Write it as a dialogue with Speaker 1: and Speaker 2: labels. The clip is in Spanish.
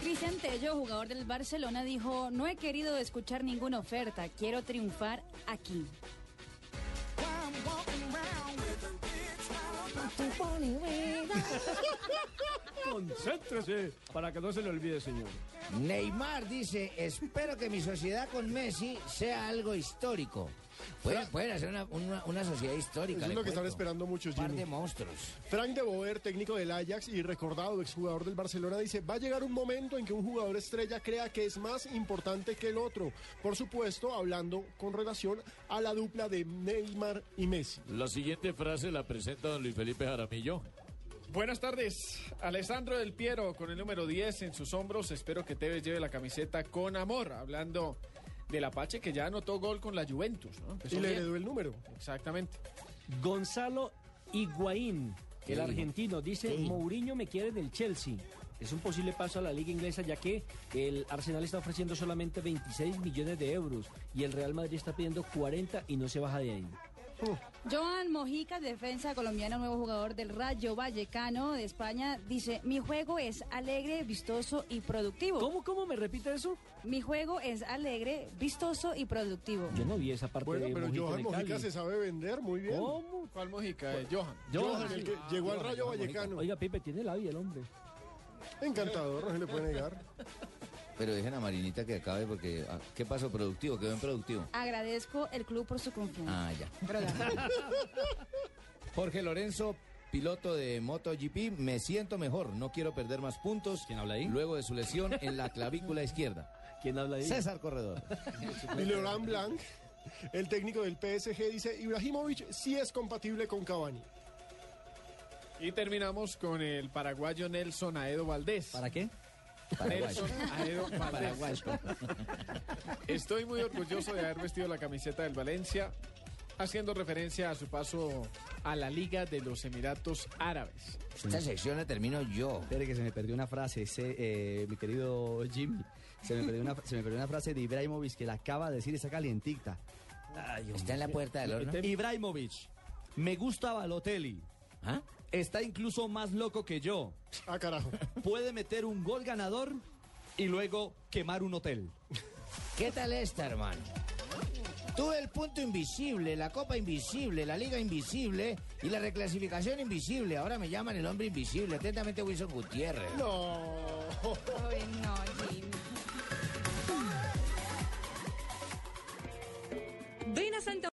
Speaker 1: Cristian Tello, jugador del Barcelona, dijo, no he querido escuchar ninguna oferta, quiero triunfar aquí.
Speaker 2: Concéntrese para que no se le olvide, señor.
Speaker 3: Neymar dice, espero que mi sociedad con Messi sea algo histórico. Pueden, pueden hacer una, una- una sociedad histórica.
Speaker 4: Eso Pues es
Speaker 3: le
Speaker 4: lo que están
Speaker 3: cuento.
Speaker 4: esperando muchos,
Speaker 3: Un par
Speaker 4: Jimmy.
Speaker 3: de monstruos.
Speaker 4: Frank de Boer, técnico del Ajax y recordado exjugador del Barcelona, dice, va a llegar un momento en que un jugador estrella crea que es más importante que el otro. Por supuesto, hablando con relación a la dupla de Neymar y Messi.
Speaker 5: La siguiente frase la presenta don Luis Felipe Jaramillo.
Speaker 6: Buenas tardes, Alessandro Del Piero con el número 10 en sus hombros. Espero que Tevez lleve la camiseta con amor. Hablando del Apache que ya anotó gol con la Juventus, ¿no? Empezó
Speaker 4: Y le
Speaker 6: bien.
Speaker 4: heredó el número.
Speaker 2: Ah,
Speaker 6: Exactamente.
Speaker 2: Gonzalo Higuaín, el argentino, dice
Speaker 3: Sí.
Speaker 2: Mourinho me quiere del Chelsea. Es un posible paso a la liga inglesa ya que el Arsenal está ofreciendo solamente 26 millones de euros y el Real Madrid está pidiendo 40 y no se baja de ahí.
Speaker 1: Joan Mojica, defensa colombiana, nuevo jugador del Rayo Vallecano de España, dice, mi juego es alegre, vistoso y productivo.
Speaker 2: ¿Cómo, cómo me repite eso?
Speaker 1: Mi juego es alegre, vistoso y productivo.
Speaker 2: Yo no vi esa parte
Speaker 4: Bueno,
Speaker 2: de
Speaker 4: pero
Speaker 2: Mojica
Speaker 4: Johan
Speaker 2: de
Speaker 4: Mojica
Speaker 2: Cali.
Speaker 4: se sabe vender muy bien.
Speaker 2: ¿Cómo?
Speaker 6: ¿Cuál Mojica? Eh, Johan.
Speaker 4: Johan, el que llegó al Rayo
Speaker 2: Johan
Speaker 4: Vallecano.
Speaker 2: Mojica. Oiga, Pipe, tiene labia el hombre.
Speaker 4: Encantador, no se le puede negar.
Speaker 3: Pero dejen a Marinita que acabe porque... ah, ¿Qué pasó? Productivo, quedó en productivo.
Speaker 1: Agradezco el club por su confianza.
Speaker 3: Ah, ya. Jorge Lorenzo, piloto de MotoGP, me siento mejor, no quiero perder más puntos.
Speaker 7: ¿Quién habla ahí?
Speaker 3: Luego de su lesión en la clavícula izquierda.
Speaker 2: ¿Quién habla de
Speaker 3: César Corredor.
Speaker 4: Y Laurent Blanc, el técnico del PSG, dice, Ibrahimovic sí es compatible con Cavani.
Speaker 6: Y terminamos con el paraguayo Nelson Aedo Valdés.
Speaker 7: ¿Para qué?
Speaker 6: Nelson Aedo Valdés. Estoy muy orgulloso de haber vestido la camiseta del Valencia, haciendo referencia a su paso a la Liga de los Emiratos Árabes.
Speaker 3: Esta sección la termino yo.
Speaker 7: Espere que se me perdió una frase, ese, eh, mi querido Jimmy. Se me, perdió una, se me perdió una frase de Ibrahimovic que la acaba de decir, esa calientita.
Speaker 3: Está en la puerta del horno.
Speaker 7: Ibrahimovic, me gusta Balotelli.
Speaker 3: ¿Ah?
Speaker 7: Está incluso más loco que yo.
Speaker 4: Ah, carajo.
Speaker 7: Puede meter un gol ganador y luego quemar un hotel.
Speaker 3: ¿Qué tal esta, hermano? Tuve el punto invisible, la copa invisible, la liga invisible y la reclasificación invisible. Ahora me llaman el hombre invisible. Atentamente, Wilson Gutiérrez.
Speaker 4: No.
Speaker 2: Ah.
Speaker 1: Ay, no, Jimmy.
Speaker 8: Ven a Santa